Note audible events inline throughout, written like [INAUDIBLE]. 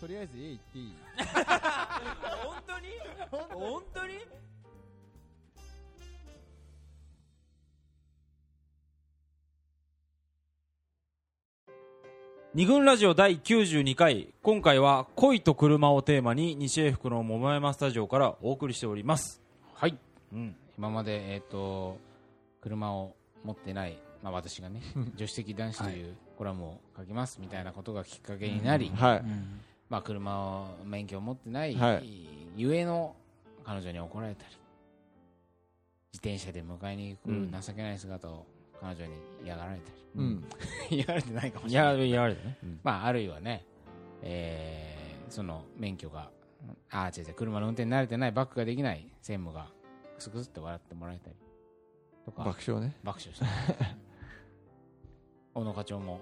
とりあえず家行っていい本当に本当に二軍ラジオ第92回今回は「恋と車」をテーマに西英福の桃山スタジオからお送りしておりますはいうん今まで、えー、と車を持ってない、まあ、私がね助手席男子というコラムを書きますみたいなことがきっかけになり、はい、まあ、車を免許を持ってない、はいゆえの彼女に怒られたり自転車で迎えにうん来る情けない姿を彼女に嫌がられたうり、ん、嫌がられてないかもいしれやないいやあれだねまあ、あるいはね、えーその免許が、あー違う違う、車の運転に慣れてない、バックができない専務が、クスクスって笑ってもらえたりとか、爆笑ね爆笑した。小野課長も、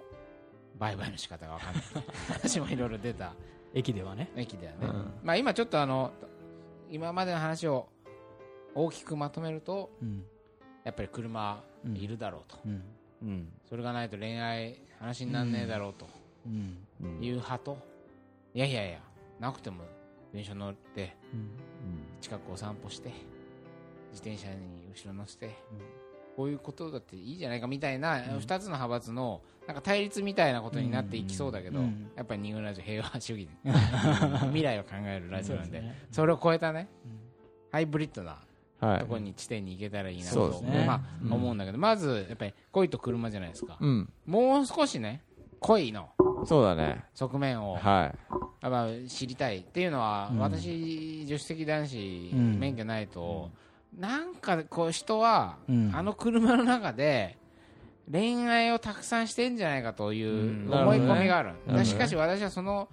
バイバイの仕方が分かんない。私もいろいろ出た駅ではね駅だよね。うんまあ、今ちょっとあの、今までの話を大きくまとめると、うんやっぱり車うんいるだろうと。うんうんそれがないと恋愛話になんねえだろうと。うんうんいう派と、いやいやいや、なくても電車乗って、近くお散歩して、自転車に後ろ乗せて、こういうことだっていいじゃないかみたいな、うん二つの派閥の、なんか対立みたいなことになっていきそうだけど、うんうんやっぱり二軍ラジオ平和主義で、 [LAUGHS] 未来を考えるラジオなんで、そねれを超えたね、うんハイブリッドなはいとこに地点に行けたらいいなそと、うですねまうんあ、思うんだけど、まず、やっぱり恋と車じゃないですか。うんもう少しね、恋のそうだね側面を、はやっぱ知りたいっていうのは、うん私、助手席男子、うん免許ないと、なんかこう人は、うんあの車の中で恋愛をたくさんしてんじゃないかといううん思い込みがある,、なるほどねしかし私はその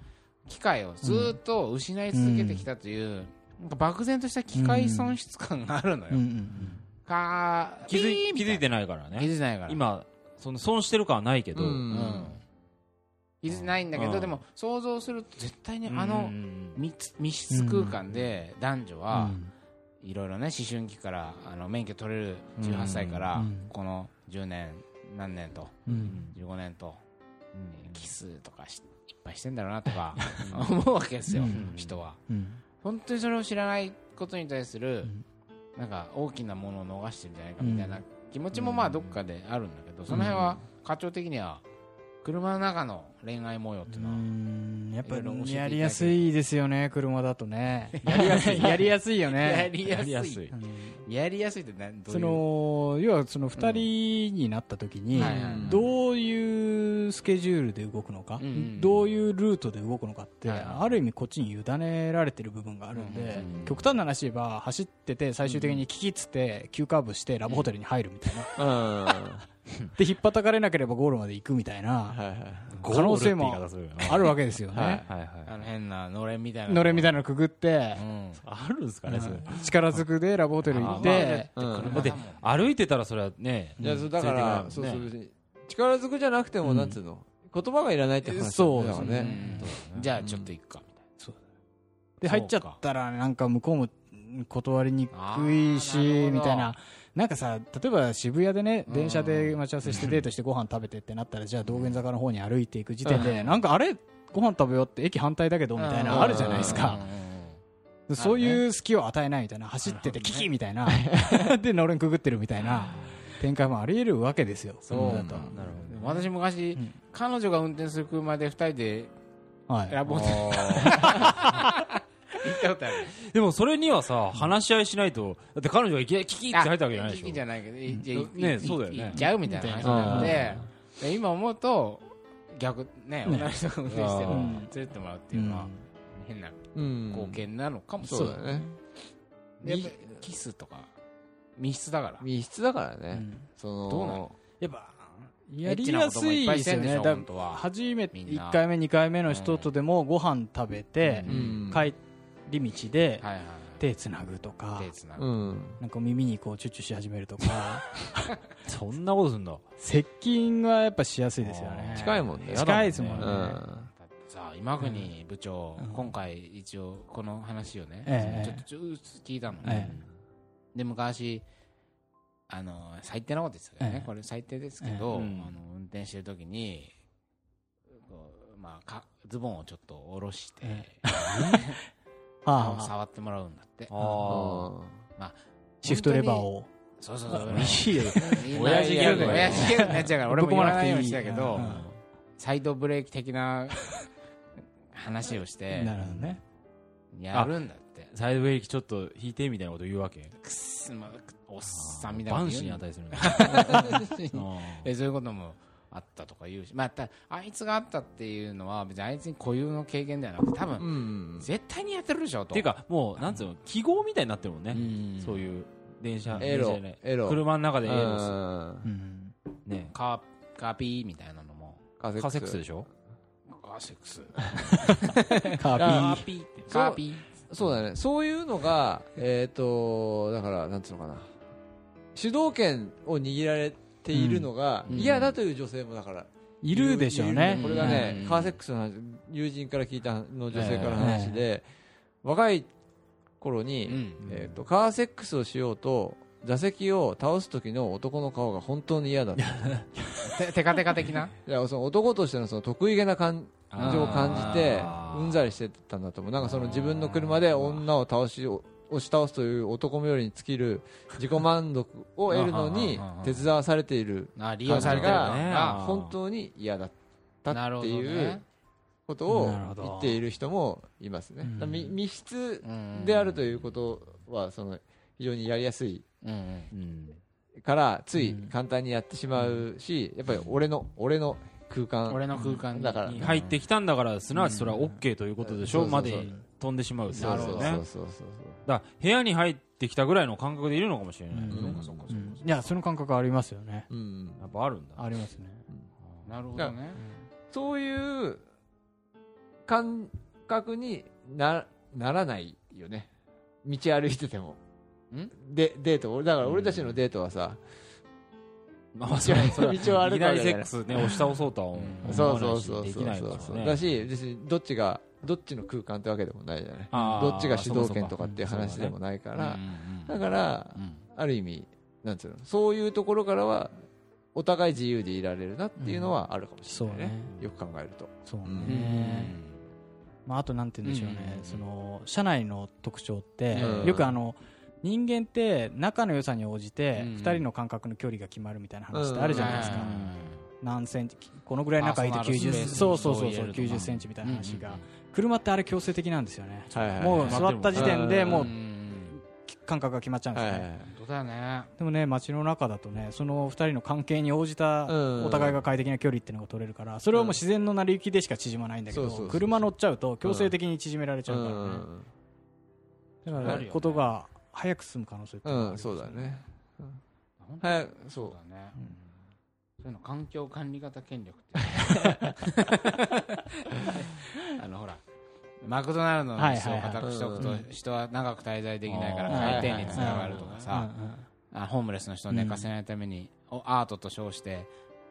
機会をずっと失い続けてきたという、なんか漠然とした機械損失感があるのよ。うんうんか気づい気ピーみたづいてないからな気ねづいてないから。今その損してる感はないけいどうんうん気づいてないんだけど、うんでも想像すると絶対にうんあの、うん密密室空間で男女うはんいろいろね思春期からあの免許取れるうん18歳からうんこの10年何年とうん15年とうんキスとかしいっぱいしてんだろうなとか [LAUGHS] 思うわけですようん人はうん本当にそれを知らないことに対するんなんか大きなものを逃してるんじゃないかみたいな気持ちもまあどっかであるんだけどその辺は課長的には車の中の恋愛模様っていううのはんやっぱいろいろ教えていただいてりやりやすいですよね車だ [LAUGHS] とねやりやすいやりやすいやよねりやりややすすいいうんやりやすいって何どうそいうの要はその2人になった時にはいはいはいどういうスケジュールで動くのかうんうんどういうルートで動くのかってはいはいある意味こっちに委ねられてる部分があるんうんうんでうん極端な話言えば走ってて最終的にキキッつって急カーブしてラブホテルに入るみたいなう [LAUGHS] んはで引っ張たかれなければゴールまで行くみたいいなはい可能性もゴールって言い方するよねあるわけですよはねいはいはいあの変なのれんみたいなのれんみたいなのくぐってうんあるんですかねそれ力ずくでラブホテル行ってうんだって歩いてたらそれはねいやそうだから、連れてそそいうかないうもんね別に力ずくじゃなくても、うんなんつうの言葉がいらないって話なんだそうだからそうねじゃあちょっと行くかみたいで入っちゃったらなんか向こうもうん断りにくいしあーなるほどみたいななんかさ例えば渋谷でねうん電車で待ち合わ [LAUGHS] せしてデートしてご飯食べてってなったらじゃあ道玄坂の方に歩いていく時点でなんかあれご飯食べようって駅反対だけどみなたいうんなあるじゃないですうかんうんうんでそういう隙を与えないみたいな走っててキキみたいな [LAUGHS] でのれんくぐってるみたいな展開もあり得るわけですよそうだとなるほでも私昔ん彼女が運転する車で二人ではいラブホテル行 [LAUGHS] ったことあるどでもそれにはさ話し合いしないとだって彼女がいきなりキキって入ったわけじゃないでしあいいじょゃないけどいじゃあいうんねいそうだよね行っちゃうみたいな話になってで今思うと逆ねね女の人が運転してるうのん連れてってもらうっていうのは変なうん貢献なのかもしれそなういだねやっぱりキスとか密室だから密室だからね、うんそのどうなのやっぱやりやすいですよねだ本当は初めてみんな1回目2回目の人とでもご飯食べてうん帰り道ではいはい手つなぐとか手つなうぐんなんか耳にこうチュッチュし始めるとかそんなことすんだ接近はやっぱしやすいですよね近いもんねやだ近いですもんうねん、だってさ今国部長うん今回一応この話をねえちょっえとちょっと聞いたのえねで昔あの最低なことですよえねえこれ最低ですけどええあの運転してる時にこうまあ、かズボンをちょっと下ろして、ああ、触ってもらうんだって。ああシフトレバーを。そうそうそう。いいよ。今親父ギャグだよ親父ギャグになっちゃうから、俺も言わないようにしてたけうどんう、んサイドブレーキ的な話をして、 [LAUGHS] なるほどね。やるんだって。サイドブレーキちょっと引いてみたいなこと言うわけくっすま、おっさんみたいなこと万死言にう [LAUGHS] んだ。値するんだえそういうこともあったとか言うし、まあ、たあいつがあったっていうのは別にあいつに固有の経験ではなくて多う分ん絶対にやってるでしょとていうかもうなんつうの記号みたいになってるもんうねんそういう電車エ電ロ車じゃないエロ車の中でエロすうんうん。るねカーカーピーみたいなのもカカーセックスでしょカーセックスカカーーピピーってカーピーそうだねそういうのがえっとだからなんつうのかな主導権を握られているのがうん嫌だという女性もだからー。いるでしょうねいる。これがね、うんカーセックスの話友人から聞いたの女性からの話で、若い頃に、うんえー、とカーセックスをしようと座席を倒す時の男の顔が本当に嫌だったてテカテカ的ないやその男としてのその得意げな感あー [LAUGHS] 情を感じてうんざりしてたんだと思うなんかその自分の車で女を倒し押し倒すという男冥利に尽きる自己満足を得るのに手伝わされているあ利用されてる感じかがあー本当に嫌だったらなるっほてどいう、ねことをなるほど言っている人もいますね。うんだからみ密室うんであるということはその非常にやりやすいうんうんうんからついうん簡単にやってしまうし、やっぱり俺の俺の空間俺の空間にだからに入ってきたんだからすなわちそれは OK ということでしょうんまでそうそうそう飛んでしまうってそこうとそうだそようねそうそうだから部屋に入ってきたぐらいの感覚でいるのかもしれないうんそうかそうかうそうかんいや、その感覚ありますよね。そう、うんやっぱあるんだありますね。なるほどねそういう感覚になならないよね道歩いててもでデート俺だから俺たちのデートはさ、まあまあそれはそれは道をい歩きくわなけりだかセッらクスね押し倒そうとは思そうわなそいうしそうでそきうないそかうそう、らだねし別にどっちがどっちの空間ってわけでもないじゃないあーどっちが主導権とかっていう話でもないかからだからうんある意味なんつうのそういうところからはお互い自由でいられるなっていうのはあるかもしれないね,、うんよく考えるとそううんね。まあ、あとなんて言うんでしょううんうんねう。んその、社内の特徴ってう、んよくあの、人間って仲の良さに応じてうんうん二人の間隔の距離が決まるみたいな話ってあるじゃないですかうんうん何センチこのぐらい仲いいとパーソナルスペー90スそうそうそうそうを入れるとか90センチみたいな話うんがうん車ってあれ強制的なんですよねはいはいはいもう座った時点でうんもううん感覚が決まっちゃうんですよね本当だよねでもね街の中だとねその2人の関係に応じたうんお互いが快適な距離っていうのが取れるからそれはもう自然の成り行きでしか縮まないんだけうんそうそうどそう車乗っちゃうと強制的に縮められちゃうからねなだかるよらねことが早く進む可能性っていううのんうは、あん、るそうだね本当早くそそううだねそういうの環境管理型権力って [LAUGHS] あのほらマクドナルドの椅子を固くしておくはいとはい人は長く滞在できないからうん回転率が上がるとかうんうんさあホームレスの人を寝かせないためにおアートと称して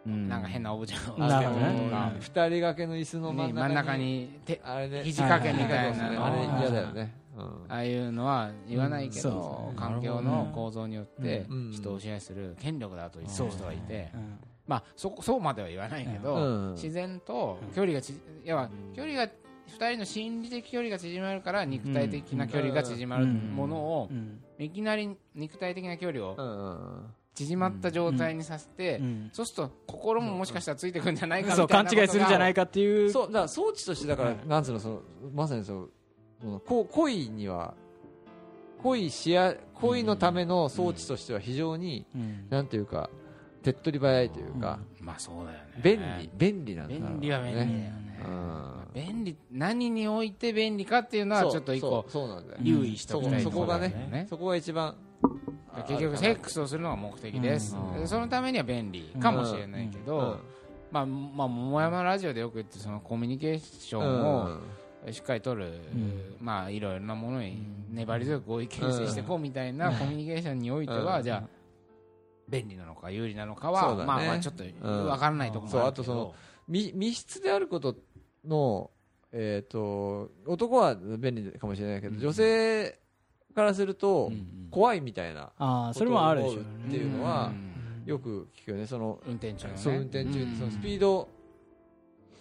うんなんか変なオブジェをあなるほどつねけておくとか二人掛けの椅子の真ねん真ん中中にに手あれね肘掛けみたいなはいのはいをあれ嫌だよね、うんああいうのは言わないけうどんそう環境なるほどのね構造によってうん人を支配する権力だと言ってる人がいてうんうんまあそこそうまでは言わないけど、うん自然と距離がち要は距離が2人の心理的距離が縮まるから肉体的な距離が縮まるうんものをうんいきなり肉体的な距離うをんうん縮まった状態にさせて、うんそうすると心ももしかしたらついてくるんじゃないかみたそいうな勘違いするんじゃないいかってういんうそうだから装置としてだから、なんつうのそのまさにそのそのこ恋には恋しや恋のための装置としては非常に、うんなんていうか手っ取り早いというか、まあそうだよね便利便利なんだろうね便利は便利だよねうん便利何において便利かっていうのはそうちょっと一個そうそうなんだよ留意してそおきこたいそとこころがだよねそこが一番結局セックスをするのが目的です、うんでそのためには便利かもしれないけど、まあまあ、桃山ラジオでよく言ってそのコミュニケーションをしっかり取る、まあ、いろいろなものに粘り強く合意形成していこうみたいなコミュニケーションにおいては、うんじゃあ便利なのか有利なのかそは、うだねまあまあちょっとんわからないところもあるけどそうあとみ密室であることのえっと男は便利かもしれないけど女性からするとうんうん怖いみたいなああそれもあるでしょうことを思うってねいうのはんよく聞くよねその運転中のねそう運転中うんそのスピードは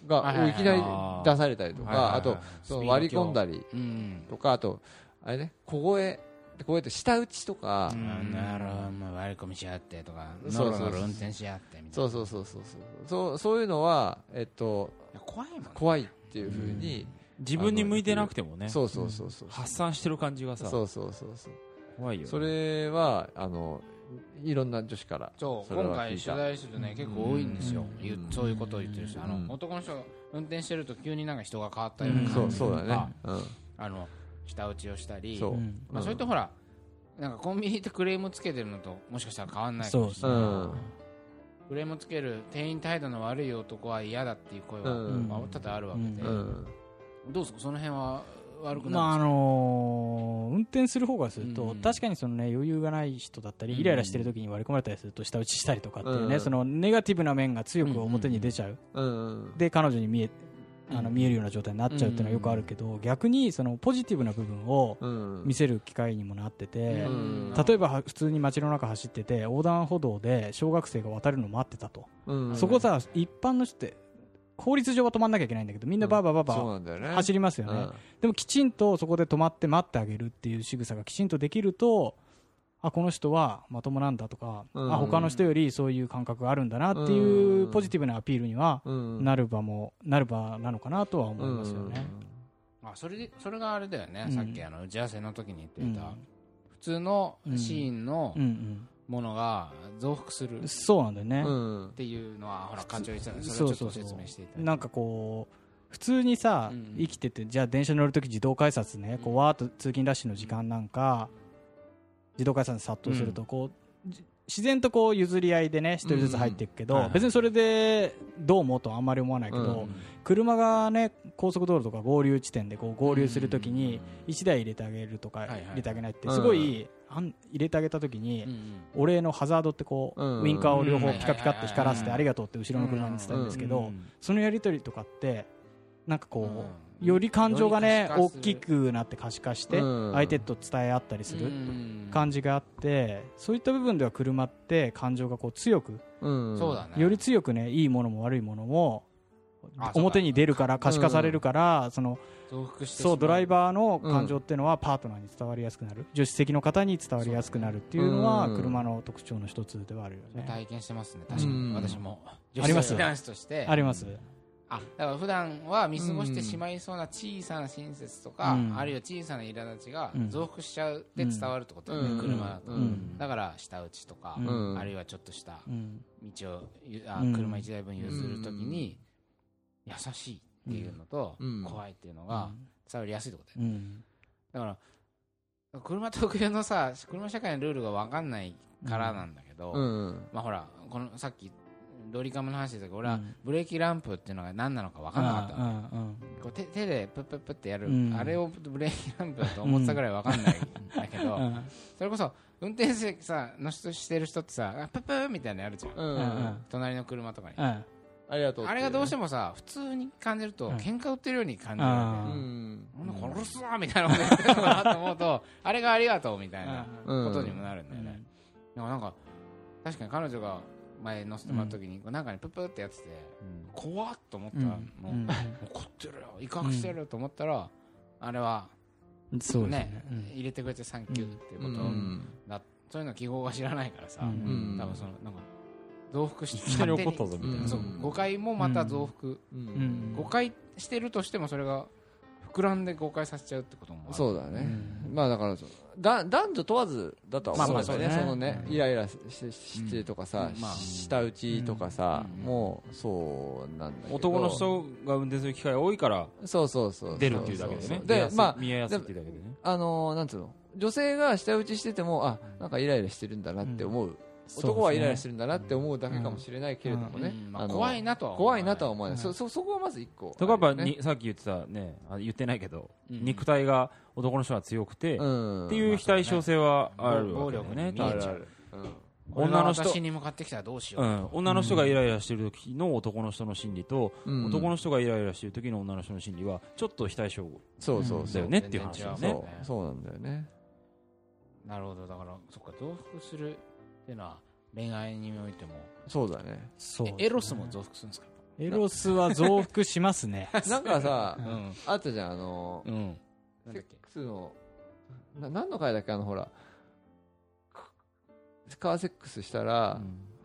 いがはいはいいきなり出されたりとはいはいはいか、あと、その割り込んだりうんとか、あと、あれね、小声、小声って舌打ちとかあ、んなるほどまあ割り込みしやがってとかそノうロそうそうノロ運転しやがってみたいそなうそうそうそうそうそう、そういうのは、えっと、いや怖いもんね怖いっていうふうに、自分に向いてなくてもねそうそうそうそう。発散してる感じがさそうそうそうそう。怖いよねそれは、あの、いろんな女子から。そうそれは今回聞いた取材するとね結構多いんですよ、うん言うそういうことを言ってる人あの、うん男の人が運転してると急になんか人が変わったようなそ感う、じそうだね。うん。あの舌打ちをしたりそう。まあ、それとほらなんかコンビニでクレームつけてるのともしかしたら変わんないかそもうしうれないん。クレームつける店員態度の悪い男は嫌だっていう声は、うんまあ、多々あるわけで、うん。どうですかその辺は悪くまあなあるんでのー運転する方がすると、うん確かにその、ね、余裕がない人だったり、うんイライラしてる時に割り込まれたりすると舌打ちしたりとかっていうね、うんそのネガティブな面が強く表に出ちゃう、うん。で彼女に見えあのうん見えるような状態になっちゃうっていうのはよくあるけど、逆にそのポジティブな部分をうん。見せる機会にもなってて、うん例えばは普通に街の中走ってて横断歩道で小学生が渡るの待ってたと、うんそこさ一般の人って法律上は止まんなきゃいけないんだけどみんなバーバーバーそうバなんだよね。ー走りますよね、でもきちんとそこで止まって待ってあげるっていう仕草がきちんとできるとあこの人はまともなんだとか、うんあ他の人よりそういう感覚があるんだなっていううんポジティブなアピールにはうん。うんなる場もなる場なのかなとは思いますよね。あそれでそれがあれだよね、うんさっきあの打ち合わせの時にう言っんてた、普通のシーンのうんものが増幅するうんっそうなんだよね、うん。ていうのは、ほら課長言ってたのでそそれをうちそょうっとそう説明していただいてなんかこう普通にさ、うん生きててじゃあ電車乗るとき自動改札ね、こうわーっと通勤ラッシュの時間なんか自動改札に殺到するとこう、じ自然とこう譲り合いでね一人ずつ入っていくけど、うんうんはいはい別にそれでどうもとはあんまり思わないけど、うん車がね高速道路とか合流地点でこう合流するときに1台入れてあげるとかいはい入れてあげないってうんすごい、あん入れてあげたときに、うんうんお礼のハザードってこう、うんウインカーを両う方んピカピカって光らはいせてはいはいありがとうって後ろの車に伝えるんですけど、そのやり取りとかってなんかこう、うんより感情がより可ね視化大するきくなって可視化して、うん相手と伝え合ったりする感じがあって、そういった部分では車って感情がこう強く、うん。そうだねより強くねいいものも悪いものもあ表に出るからか可視化されるから、その増幅してそうドライーバーの感情っていうのはパートナーに伝わりやすくなる、助手席の方に伝わりやすくなるっていうのはうん車の特徴の一つではあるよね。体験してますね確かにうん私もあります女子男子としてあります、あだから普段は見過ごしてしまいそうな小さな親切とか、うんあるいは小さな苛立ちがうん増幅しちゃうで伝わるってことだよね、うん車だと、うんだから舌打ちとか、うんあるいはちょっとしたうん道をゆあうん車1台分譲るときに、優しいっていうのと、うん怖いっていうのが伝わりやすいってことだよねうんだから車特有のさ車社会のルールが分かんないからなんだけど、うん。まあほらこのさっきドリカムの話でしたけど俺うはんブレーキランプっていうのが何なのか分かんなかったの、うんうんうんこう手手でプップップってやる、うんあれをブレーキランプだと思ってたぐらい分かんないんだけど、うんそれこそ運転席さの人してる人ってさあプップーみたいなのやるじゃん、ううんん。隣の車とかに、うんありがとう。あれがどうしててもさ普通に感じるとうん喧嘩売ってるように感じるわうもん。け、こんな殺すわみたいなこと言ってるのかなと思う [LAUGHS] とあれがありがとうみたいなううん。ことにもなるんだよね、でもなんか確かに彼女が前乗せてもらった時に、なんかにプップってやってて、怖っと思ったんの、うん怒ってるよ威嚇してるよと思ったら、あれはうんそうですねねうん入れてくれてサンキューっていうこと、うん。そういうの記号は知らないからさ、うん多分そのなんか増幅しいきなり怒ったぞ勝手みたいなそう誤解もまた増幅、う。うんん誤解してるとしてもそれが膨らんで誤解させちゃうってこともあるそうだね、まあだからだ男女問わずだとは思うんだよね,、まあまあそそのうねねイライラしししてとかさ、うんまあ舌打ちとかさ、うんもうそうなんだけど男の人が運転する機会多いからそうそうそうそう出るっていうだけでそうねそう出やですま見えやすいっていうだけでねああのーなんつうの女性が舌打ちしててもあなんかイライラしてるんだなって思う、男はイライラしてるんだなって思うだけかもしれないけれどもうね、んまああの怖いなとは思わ怖いなとは思わない、うんそそそこはまず一個とかやっぱねにさっき言ってたねあ言ってないけどうん肉体が男の人が強くてうっん、ていう非対称性はあるわけだよねまああそうるだあねる、うん俺女がの人私に向かってきたらどうしようう、ん、女の人がイライラしてる時の男の人の心理と、うん男の人がイライラしてる時の女の人の心理はちょっと非対称そうそうだそう、よねっていう話全然違だうよそねうそうなんだよねなるほどだからそっか増幅するっていうのは恋愛においてもそうだねそうえエロスも増幅するんですかエロスは増幅しますね。なんかさう、ん。あったじゃん、あの、うん。なんセだっッけクスの、な何の回だっけ、あの、ほら、カーセックスしたら、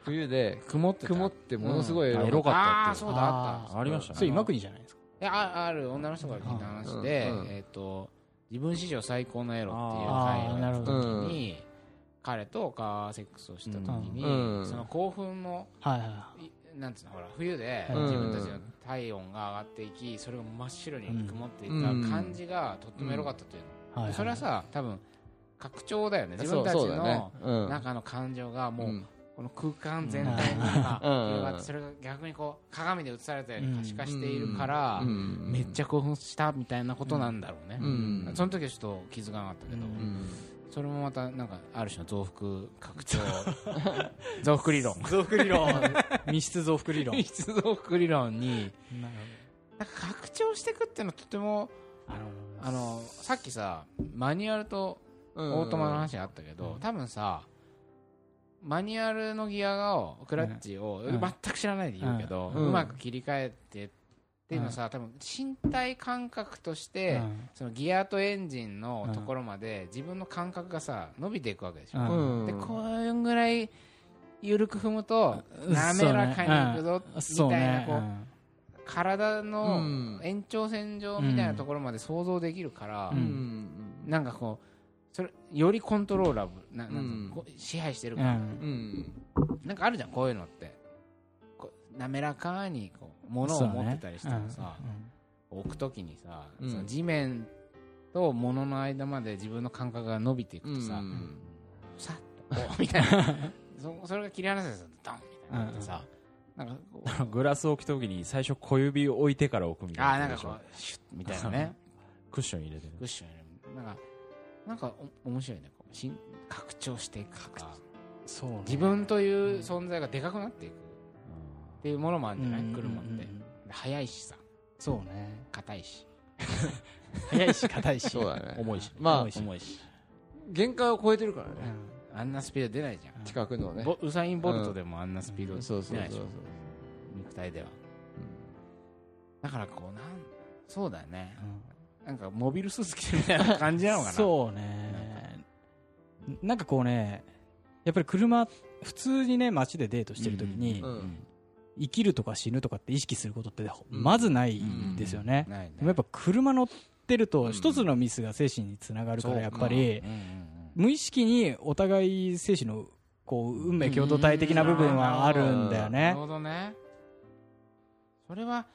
冬で曇ってた。曇ってものすごいエうんロエロかったあっあ、てそうだ、ああった。ありましたそれね今国じゃないですか。えあある女の人から聞いた話で、うんうんえっ、と自分史上最高のエロっていう会あーをやったなるほ時どに、彼とカーセックスをした時に、うんうんその興奮のはいはいはいなんつうのほら冬でうん自分たちの体温が上がっていきそれが真っ白に曇っていたうん感じがとってもエロかったというの、いはいはい。それはさ多分拡張だよね自分たちそうそうだねのうん中の感情がもう、うんこの空間全体にさうん広がってそれが逆にこう鏡で映されたように可視化しているかうら、んめっちゃ興奮したみたいなことなんだろうね、うんその時はちょっと気づかなかったけど、ううんんそれもまたなんかある種の増幅拡張増幅理論増幅理論。密室増幅理論。密室増幅理 [LAUGHS] 論になるなんか拡張していくっていうのはとてもほどあのさっきさマニュアルとオートマの話があったけど、多分さマニュアルのギアをクラッチを、うん全く知らないで言うけど、ううんまく切り替えてっていうのさ、多分身体感覚として、うんそのギアとエンジンのところまで自分の感覚がさ伸びていくわけでしょ、うんでこういうぐらい緩く踏むとうん滑らかにいくぞそうみたいなね。こううん体のうん延長線上みたいなところまで想像できるからう、んなんかこうそれよりコントローラブルななんつうのうんこう支配してるうから、んうんうんなんかあるじゃんこういうのってこう滑らかにこう物を持ってたりしてもさ、置くときにさ、うんその地面と物の間まで自分の感覚が伸びていくとさ、うんさっとこうみたいな [LAUGHS] そそれが切り離せてさドンみたいになってさ、なんかこうグラス置くときに最初小指を置いてから置くみたいあなあなんかでしょこうシュッみたいなねクッション入れてるクッションよりもなんかなんかお面白いねこうしん拡張していくとかそうね自分という存在がでかくなっていくっていうものもあるんじゃない、うん車って、うんうん速いしさそうね。硬いし早いし、硬いし。そうだ [LAUGHS] ね重いしま重いあし重いし限界を超えてるからうねんあんなスピード出ないじゃん、近くのねボウサイン・ボルトでもあんなスピードそうそうそ出なういでそしうょ肉体ではだからこうなんそうだよねなんかモビルスーツ着てるみたいな感じなのかな [LAUGHS] そうねなんかこうねやっぱり車普通にね街でデートしてる時に、うん生きるとか死ぬとかって意識することってうんまずないんですよね、ないねでもやっぱ車乗ってるうんと一つのミスが精神につながるからやっぱりうんうん無意識にお互い精神のこう運命共同体的な部分はあるんだようんなるねほどねそれはや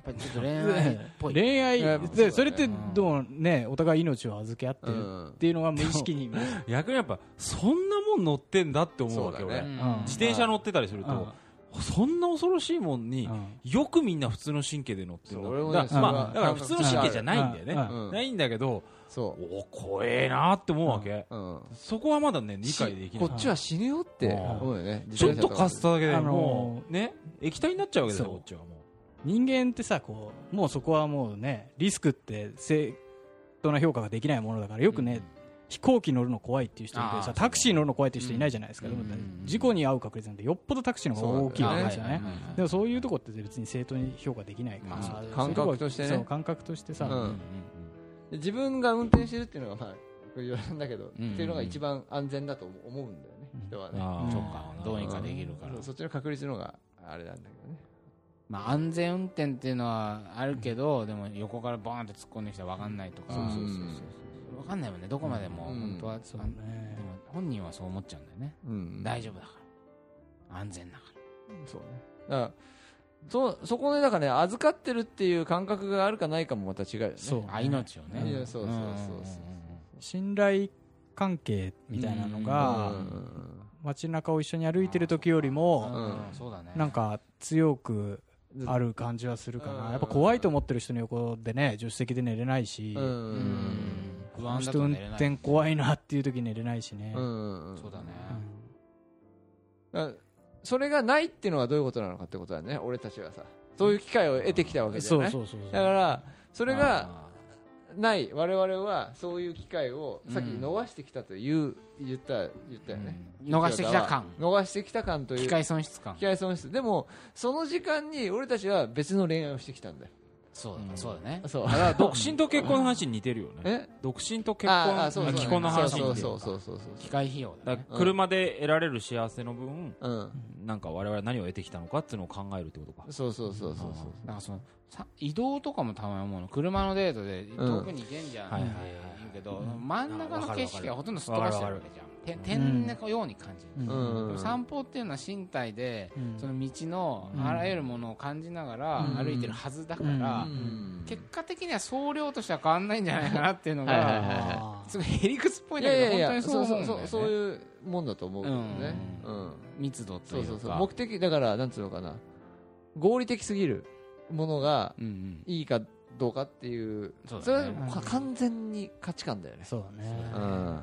っぱちょっと恋愛っぽい [LAUGHS] 恋愛いやそうだでねそれってどうねお互い命を預け合ってうるっんていうのが無意識に逆にやっぱそんなもん乗ってんだって思うわけそう俺だねうんうん自転車乗ってたりするとそんな恐ろしいもんにうんよくみんな普通の神経で乗ってそるう俺もなねだからそれまはあだから普通の神経じゃないんだようんねうんうんないんだけどそお怖えなって思うわけううんそこはまだね理解できなこいっちは死ぬよって思うよねちょっとかすっただけであのーもうね液体になっちゃうわけですよそうこっちはも人間ってさこうもうそこはもうねリスクって正当な評価ができないものだからよくね、飛行機乗るの怖いっていう人いるけどあさータクシー乗るの怖いっていう人いないじゃないですか、うんでもねうん事故に遭う確率なんてよっぽどタクシーの方が大きいわけですよそうねだよねはいはいはいでもそういうとこって別に正当に評価できないから、まあそうだねそういうこ感覚としてねそう感覚としてさ、うんうんで自分が運転してるっていうのがまあこれ言われるんだけどってうんうんいうのが一番安全だと思思うんだよねうん人はうねあうんーそうかどうにかできるからうんそっちの確率の方があれなんだけどねまあ、安全運転っていうのはあるけど、でも横からバーンって突っ込んできたら分かんないとか、そうそうそう分かんないもんねどこまでもうん本当は、そうあんでねも本人はそう思っちゃうんだよね、うん大丈夫だから安全だかそうねだからそそこねだからね預かってるっていう感覚があるかないかもまた違うよねそうらあ命をいねやそうそうそうそう信頼関係みたいなのが、うん街中を一緒に歩いてる時よりも、んうんそうだねなんか強くずある感じはするかうな、んやっぱ怖いと思ってる人の横でね助手席で寝れないし、うんううんん不あの安だと人運寝れない転怖いなっていう時寝れないしね、うんうんうんそうだね、だからそれがないっていうのはどういうことなのかってことだね俺たちはさそういう機会を得てきたわうけんじゃそなういだそうそうそうからそれがあない我々はそういう機会をさっきうん逃してきたという言った言ったよね、うん逃してきた感逃してきた感という機械損失感機会損失でもその時間に俺たちは別の恋愛をしてきたんだよそうだ、うんそうだねそうだから独身と結婚の話に似てるよねえ独身と [LAUGHS] 結あ婚あそうそう既婚の話にそ似うてるそうそうそうそう機械費用だだねから車で得られる幸せの分、そううんなんか我々は何を得てきたのかっていうのを考えるってことかそうそうそうそうそうだからそのさ移動とかもたまに思うの車のデートでうん遠くに行けんじゃんっはいてはい言はいうけど、真ん中の景色がほとんどすっ飛ばしてるわけじゃかんてる天然のように感じる、うんでも散歩っていうのは身体でうんその道のあらゆるものを感じながらうん歩いてるはずだかうら、ん結果的には総量としては変わんないんじゃないかなっていうのがはいはいはいあーすごいへりくつっぽいんいだやけいどやい本当やにそそうそう思うんうそうそうだよねいうもんだと思うけどねううん密度とそいううかそうそう目的だからなんつうのかな合理的すぎるものがうんうんいいかどうかっていうそうそれだはねか完全に価値観だよねそうだねう。ん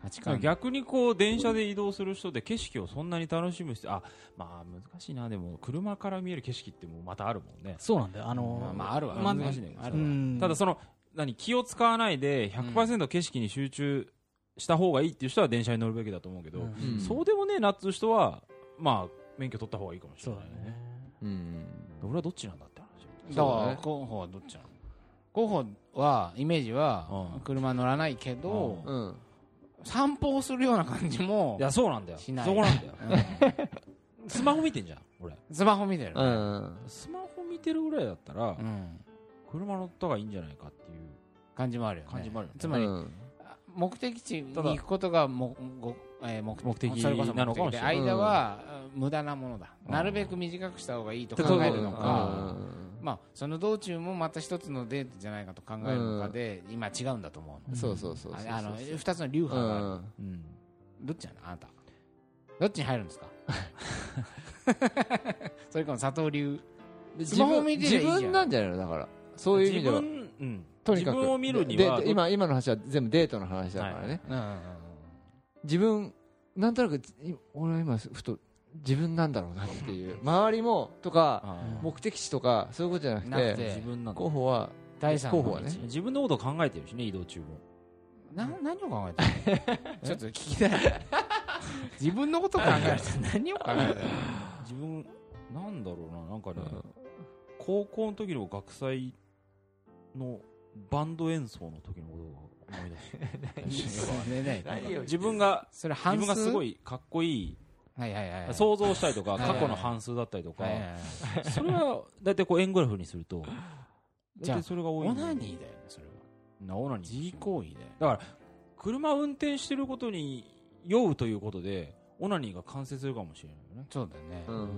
価値だから観逆にこう電車で移動する人で景色をそんなに楽しむ人あまあ難しいなでも車から見える景色ってもうまたあるもんねそうなんだよ。あのー、まあまああるわまあ難しいねあうるわんただその何気を使わないで100%景色に集中した方がいいっていう人は電車に乗るべきだと思うけど、うんうんそうでもねえなっつう人はまあ免許取った方がいいかもしそれうないだねね。うん俺はどっちなんだって話だそうかだらね候補はどっちなの候補はイメージはうん車乗らないけどううん散歩をするような感じもいやそうなんだよしないそこなんだよう [LAUGHS] んスマホ見てんじゃん俺スマホ見てるうんスマホ見てるぐらいだったら、うん車乗った方がいいんじゃないかっていう感じもあるよね感じもあるよねつまりうん目的地に行くことがもごえー目目的それこそ目的なのかもしれないで間は無駄なものだなるべく短くした方がいいと考えるのうんかまあその道中もまた一つのデートじゃないかと考えるのかで今違うんだと思ううんそうそうそうそうのそうああの二つの流派があるうんうんどっちなのあなたどっちに入るんですか [LAUGHS] それかも佐藤流でスマホ見てりゃいいじゃん自分なんじゃないのだからそういう意味では自分,、うん、とにかく自分を見るにはでで今今の話は全部デートの話だからね、はいうんうんうん自分なんとなくい俺は今ふと自分なんだろうなっていう周りもとかあーも目的地とかそういうことじゃなくなくてて自分なんだ候補は第三の道候補はね自分のことを考えてるしね移動中もな何を考えてるのちょっと聞きたい [LAUGHS] 自分のこと考えると何を考えてるの自分なんだろうななんかね、うん高校の時の学祭のバンド演奏の時のことを思い [LAUGHS] 出してねね何よ自分がそれ自半数分がすごいかっこいいはいはいはい想像したりとかはいはい過去の半数だったりとかはいはいはいそれは大体こう円グラフにする [LAUGHS] とじゃあ大体それが多いオナニーだよねそれはなオナニー自行為だよ車運転してることに酔うということでオナニーが完成するかもしれないよねそうだね、うん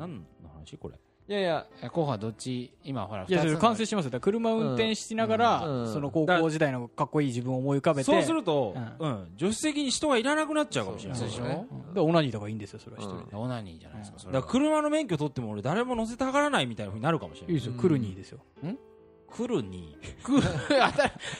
何の話これいやいやえ候補はどっち今ほらいや、それ完成ししますよ。だから車運転しながら、うんうんその高校時代のかっこいい自分を思い浮かべて、そうすると、ううん助手席に人がいらなくなっちゃうかもしれないそうでしそうだょねうんで、オナニーとかいいんですよ、それは一人で。オナニーじゃないですかそだかれらは車の免許取っても俺誰も乗せたがらないみたいなふうになるかもしれないいいですよ、クルニーですよ。来るに [LAUGHS]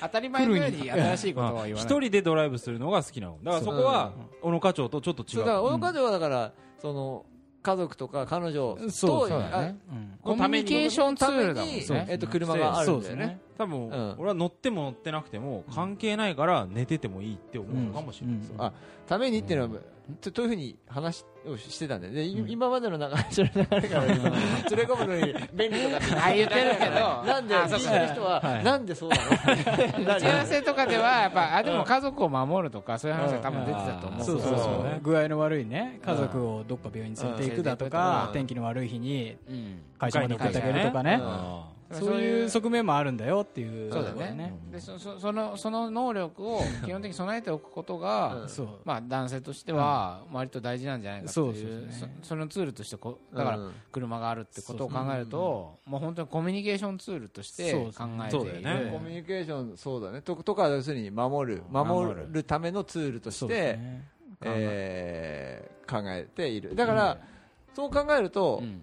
当たり前のように新しいことは言わない一人でドライブするのが好きなのだからそこは小野課長とちょっと違そうだうから俺の彼女はだから、その家族とか彼女とそうそうだねうコんミュニケーションツールだもんねためにえっと車があるんだよね。多う分、ん俺は乗っても乗ってなくても関係ないから寝ててもいいって思うのかもしれない、うんそううんあためにっていうのはとというふうに話をしてたんだよねでい今までの流れの流れから言うと連れ込むのに便利とかってあ言ってるけどなんであ聞いそうかてる人はなんでそうなのな打るち合わせとかではやっぱあでも家族を守るとかそういう話が多分出てたと思うそうそうそそうう。具合の悪いね、家族をどっか病院に連れて行くだとうかん、天気の悪い日にうん会社まで送ってあげるとかねう。んあそういう側面もあるんだよっていう。そうだねでそそそのその能力を基本的に備えておくことが、うんそう。まあ、男性としては割と大事なんじゃないかっていう,、そうそうそうそのツールとしてこだからうん車があるってことを考えると、もう本当にコミュニケーションツールとしてそう考でえてすねそうだよねコミュニケーションそうだねととか要するに守る守るためのツールとしそうてす、ねえー考えているだから、そう考えると、うん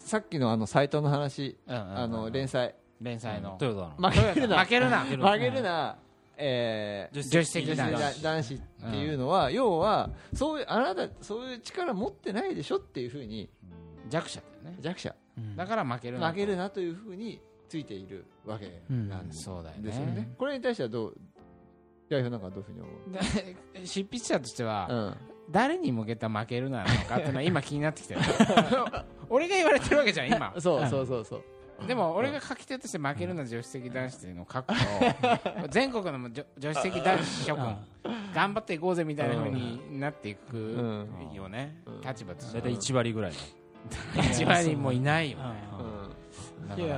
さっきのあのサイトの話、うんうんうんあの連載連載あのトヨタの負けるな負けるな曲げるな、えー女子的女な子だ男子っていうのは、要はそういうあなたそういう力持ってないでしょっていうふうに弱者だよね弱者うんだから負けるな負けるなというふうについているわけなんですそうだよねよね。これに対してはどう、代表なんかはどういうふうに思うだ執筆者としては、うん、誰に向けた負けるなのかっていうのは今気になってきてる [LAUGHS] 俺が言われてるわけじゃん今 [LAUGHS] そうそうそうそう。でも俺が書き手として負けるな女子的男子っていうのを書くと全国の女女子的男子諸君頑張っていこうぜみたいなふうになっていくんよね、うん立場として大体1割ぐらいの1割もいないよねうんだいかや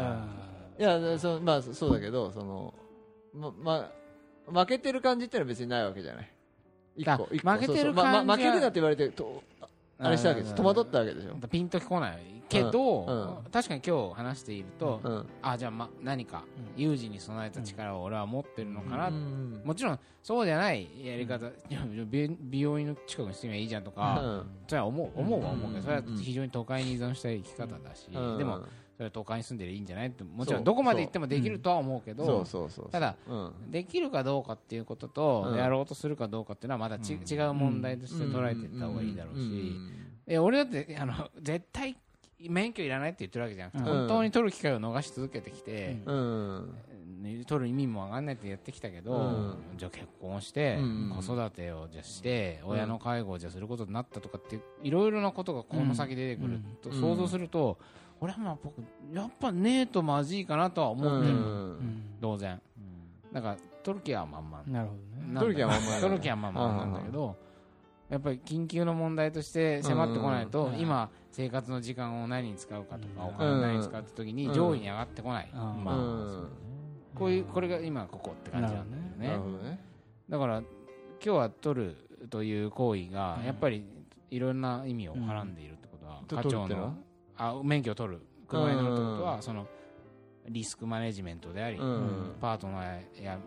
らいやそうまあそそうだけどそのまま負けてる感じってのは別にないわけじゃない一あ個一個負けてるそうそうまま感じは負けるなって言われてとあれしたわけです戸惑ったわけでしょ、ピンとこないけど、うんうん確かに今日話していると、うんあじゃあ、ま、何か有事に備えた力を俺は持ってるのかな、うんもちろんそうじゃないやり方、いや美美容院の近くに住めばいいじゃんとか、それは思う思うは思うけど、それは非常に都会に依存した生き方だし、うんでも、それは都会に住んでりゃいいんじゃないって、もちろそんうどこまで行ってもできるとは思うけうんそうど、そうそうただ、うんできるかどうかっていうことと、うんやろうとするかどうかっていうのはまたち、違う問題として捉えていった方がいいだろうし、え俺だってあの [LAUGHS] 絶対免許いらないって言ってるわけじゃなくて、うん本当に取る機会を逃し続けてきて、うんうん取る意味もわかんないってやってきたけど、うんじゃあ結婚して、うん子育てをじゃあして、ん親の介護をじゃあすることになったとかっていろいろなことがこの先出てくるとうん想像すると、俺はまあ僕やっぱねえとまずいかなとはう思ってる、ん当然なんかトルキアはまんまんなるほどなねんだトルキアはまんまんトルキアはまんまんなんだけどやっぱり緊急の問題として迫ってこないと、うん今生活の時間を何に使うかとか、うんお金を何に使うって時に上位に上がってこない、うんまあ、うんそうねこういうこれが今ここって感じなんだよねなるほどねだから今日は取るという行為がうんやっぱりいろんな意味をはらんでいるってことは、と課長取るってののはあ免許を取る車に乗るってことうはそのリスクマネジメントであり、うんパートナーや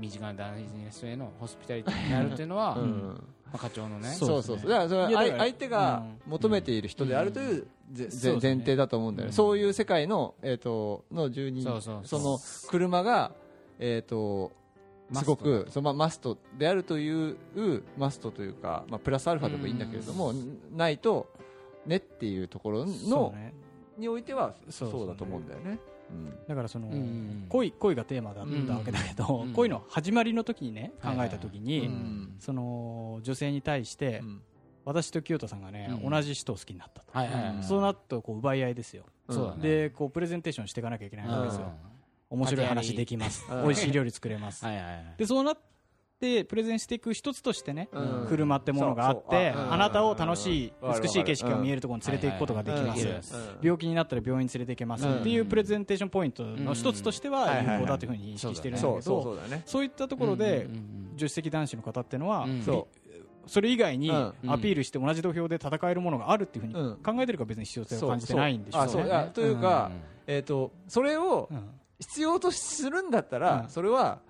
身近な男性へのホスピタリティになるっていうのは、 [LAUGHS] うまんあ、課長のねそうそうそうだからそれはいやだから相手が求めている人であるというぜぜ前提だと思うんだよねそういう世界のえっとの住人そうそうそそうの車が、えー、とマすストごくそのまあマストであるというマストというか、まあ、プラスアルファでもいいんだけれども、ないとねっていうところその、うねにおいてはそうそうだと思うんだよね。うんだからその、うんうんうん恋恋がテーマだったわけだけど、うん恋の始まりの時にね考はいはいえはいた時に、うんその女性に対して、うん私と清田さんがね、うん同じ人を好きになったと、はいはいはい、うんそうなるとこう奪い合いですよ、そうだねでこうプレゼンテーションしていかなきゃいけないわけですよ、面白い話できますうん美味しい料理作れます、はいはいはいでそうなってプレゼンしていく一つとしてね、うん車ってものがあって、そうそうあうんあなたを楽しい、うんわかる美しい景色が見えるところに連れていくことができます、はいはいはい病気になったら病院に連れて行けます、うんっていうプレゼンテーションポイントの一つとしてはうん有効だというふうに認識してるんだけど、そうそうそうだね。そういったところで、うんうん女子的男子の方っていうのは、うんそそれ以外にうんアピールして同じ土俵で戦えるものがあるっていうふうにうん考えてるから別に必要う性を感じてないんでしょうね。そうあそういやというか、えー、とそれをうん必要とするんだったら、うんそれは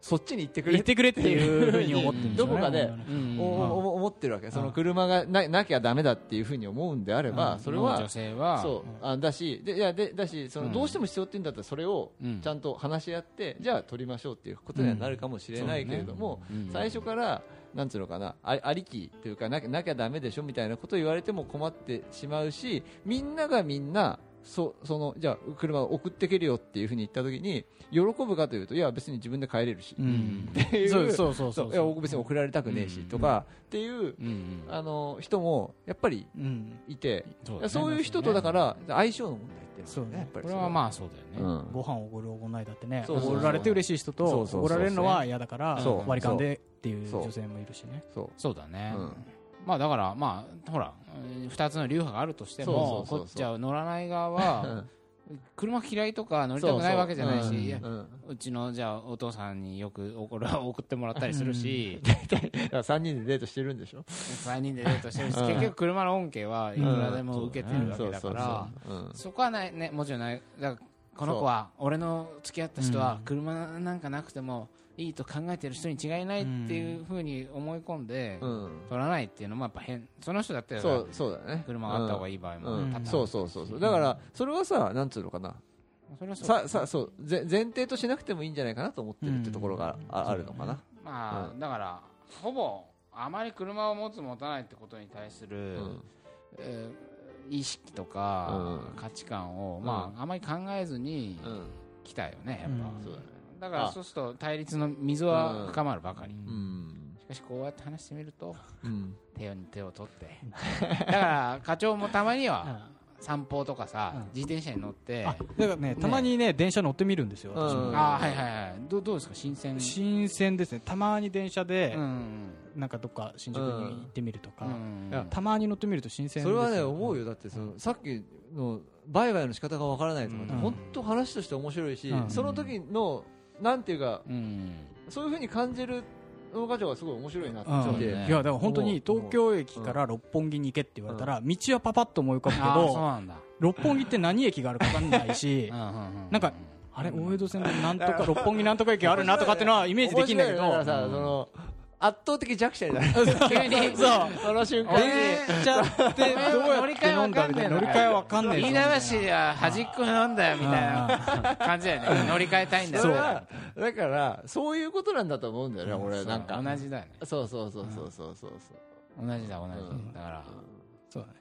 そっちに行ってくれ言ってくれっていうふうに思ってるんでしょうね。どこかでうんうんうんおおお思ってるわけ、その車がななきゃだめだっていうふうに思うんであれば、うんそれは女性はそうあだし、でいやでだしその、うんどうしても必要って言うんだったらそれをうんちゃんと話し合って、じゃあ取りましょうっていうことにはなるかもしれないけれども、うん最初からなんつうのかなあありきというかなきゃなきゃだめでしょみたいなことを言われても困ってしまうしみんながみんなそそのじゃあ車を送ってけるよっていうふうに言った時に喜ぶかというといや別に自分で帰れるし、うっんていうそうそうそそうそうういや僕別に送られたくねえしうんとか、っていううんうんあの人もやっぱりうんいてそうだそう,、ねいう人とだから相性の問題っていうのはねやっぱこりれはまあそうだよね、ご飯おごるおごんないだってねそうそうそうおごられて嬉しい人そうそとうそうおごられるのは嫌だからそう割り勘でっていうそう女性もいるしね。そうそうだね、うんまあだからまあほら2つの流派があるとしてもそうそうそうそうこっちは乗らない側は車嫌いとか乗りたくないわけじゃないしそうそういやうんうちのじゃあお父さんによくおこれは送ってもらったりするし、だから3人でデートしてるんでしょ3人でデートしてるし、結局車の恩恵はいくらでも受けてるわけだから、そううんそこはないねもちろんないだからこの子は俺の付き合った人は車なんかなくてもいいと考えてる人に違いないっていうふうに思い込んでうん取らないっていうのもやっぱ変その人だったらそうそうだね車があった方がいい場合うもん多うん々そうそうそうそうだからそれはさなんつうのかなそれはそうささそうぜ前提としなくてもいいんじゃないかなと思ってるってところがああるのかなまうあだからほぼあまり車を持つ持たないってことに対する、うんえー意識とかうん価値観を、うんまああまり考えずにうん来たよねやっぱ、うんそうだねだからあそうすると対立の溝は深まるばかり、うしんかしこうやって話してみるとうん手に手を取ってだから課長もたまにうんは散歩とかさ、うん自転車に乗ってあだからねたまにね電車乗ってみるんですよ私うもんあーはいはいはいどうどうですか新鮮新鮮ですねたまに電車でうんうんなんかどっか新宿に行ってみるとうか、んうんいやたまに乗ってみると新鮮それはねですよ思うよだってそのさっきの売買の仕方がわからないとかってうん本当話として面白いしうんその時のなんていうかうんそういう風に感じるの課長がすごい面白いなってうん思っそうてだねいやだから本当に東京駅から六本木に行けって言われたら道はパパッと思い浮かぶけああそうどなんだ、六本木って何駅があるか分かんないしうんうんうなんかあれ大江戸線でなんとか六本木なんとか駅あるなとかっていうのはイメージできるんだ面け白いよだどからさその圧倒的弱者にな [LAUGHS] る [LAUGHS] 急に [LAUGHS] そうその瞬間に電車ってどうやって飲んだみたい乗な乗りり換換ええわかんねえ飯田橋では端っこなんだよみたいな感じだよね乗り換えたいんだそよれはだからそういうことなんだと思うんだよねそ俺うなんか同じだよねそうそうそうそうそうそう同じだ同じうんだからそうだね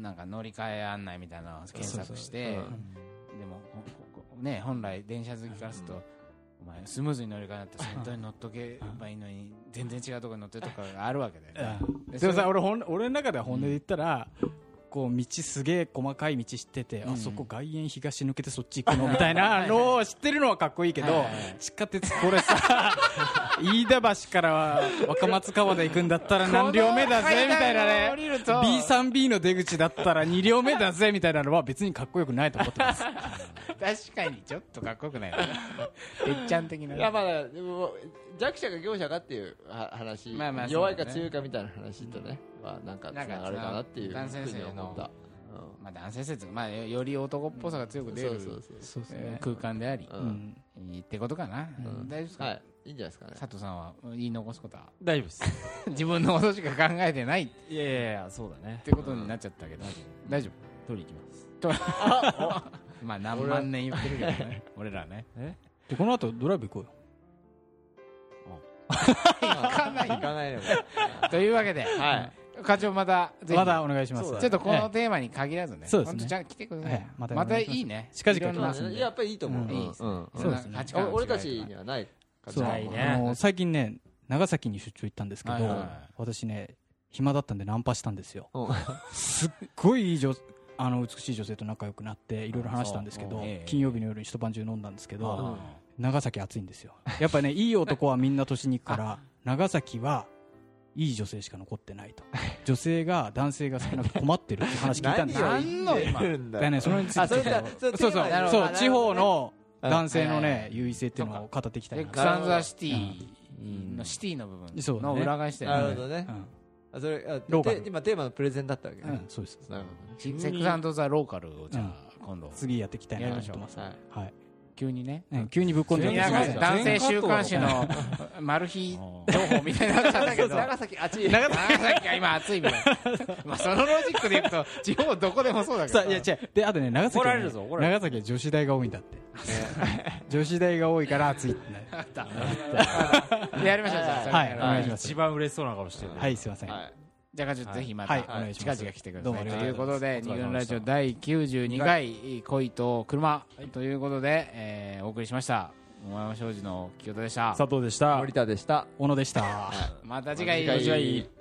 なんか乗り換え案内みたいなのを検索してそうそうでもこここね本来電車好きからするとお前スムーズに乗り換えなって先頭に乗っとけばいいのに全然違うところに乗ってるとかがあるわけだよねうんででもそされ俺ほん俺の中では本音で言ったら、こう道すげえ細かい道知ってて、うんあそこ外苑東抜けてそっち行 [LAUGHS] くのみたいなのを知ってるのはかっこいいけど、はいはいはい地下鉄これ [LAUGHS] さ飯田橋からは若松川で行くんだったら何両目だぜみたいなこの階段を降りねると B3B の出口だったら2両目だぜみたいなのは別にかっこよくないと思ってます [LAUGHS] 確かにちょっとかっこよくない [LAUGHS] よねてっちゃん的なねいやまあでも弱者か強者かっていうは話、まあまあ弱いそうだかね強いかみたいな話とね、まあ、なんかつながるかなっていうふなんかつなうに男性性の思った、まあ、男性説、まあ、よより男っぽさが強うくん、出る、そうそうそうそうですえー空間であり、ううんんいいってことかな、ん大丈夫ですか、はいいいんじゃない [LAUGHS] ですかね佐藤さんは言い残すことは [LAUGHS] 大丈夫です。自分のことしか考えてないっいやいやいや、そうだね。てことになっちゃったけど、大丈取り行きます。夫まあ何万年言ってるけどね俺らねでこの後ドライブ行こ行かない行かないねというわけで、は課長またうぜよひまだお願いしまそすうだねちょっとこのテーマに限らずねそうですねほんとちゃんと来てください、はいままたたお願いしますいいね近々来いろんまなあますんでやっぱりいいと思う、うんいいですねんいそろうんでなすね価値お観の違俺いとかたちにはない感じそうないねあの最近ね長崎に出張行ったんですけど、はいはいはい私ね暇だったんでナンパしたんですようんすっごいいい女あの美しい女性と仲良くなっていろいろ話したんですけあどそうええ金曜日の夜に一晩中飲んだんですけうどん長崎暑いんですよやっぱねいい男はみんな年に行くから長崎はいい女性しか残ってないと女性が男性が少なくて困ってるって話聞いたんですよ [LAUGHS] 何をだ言ってるんだからねそれについてあそれだそれそうそうなるほどそう地方の男性のはいはいはねい優位性っていうのを語っていきたいでなクサンザシティうんのシティの部そう分だのね裏返してなるほどねう、んあそれあローカルで今テーマのプレゼンだったわけうんね、そうですなるセックスアンドザローカルをじゃあ今度次やっていきたいなと思ってますほどはいはい急にねうん急にぶっこんじゃって急になんか男性週刊誌のマル秘情報みたいになっちゃ [LAUGHS] ったけど長崎あっちい長崎は今暑いみたいなまあそのロジックでいくと地方どこでもそうだけどさあいや違うであとね長崎怒はらねれるぞ怒られ長崎は女子大が多いんだって [LAUGHS] 女子大が多いから暑いってねやりましょうじゃあそれはいお願いします一番嬉しそうな顔してる。はいすいませんはいじゃあぜひまはいたお願いし近ます々来てくだどうさもあいとりがいうことで「ござい二ます軍ラジオ第92回恋と車」ということでえーお送りしました桃山商事の清田でした佐藤でした。森田でした小野でしたまた次回また次回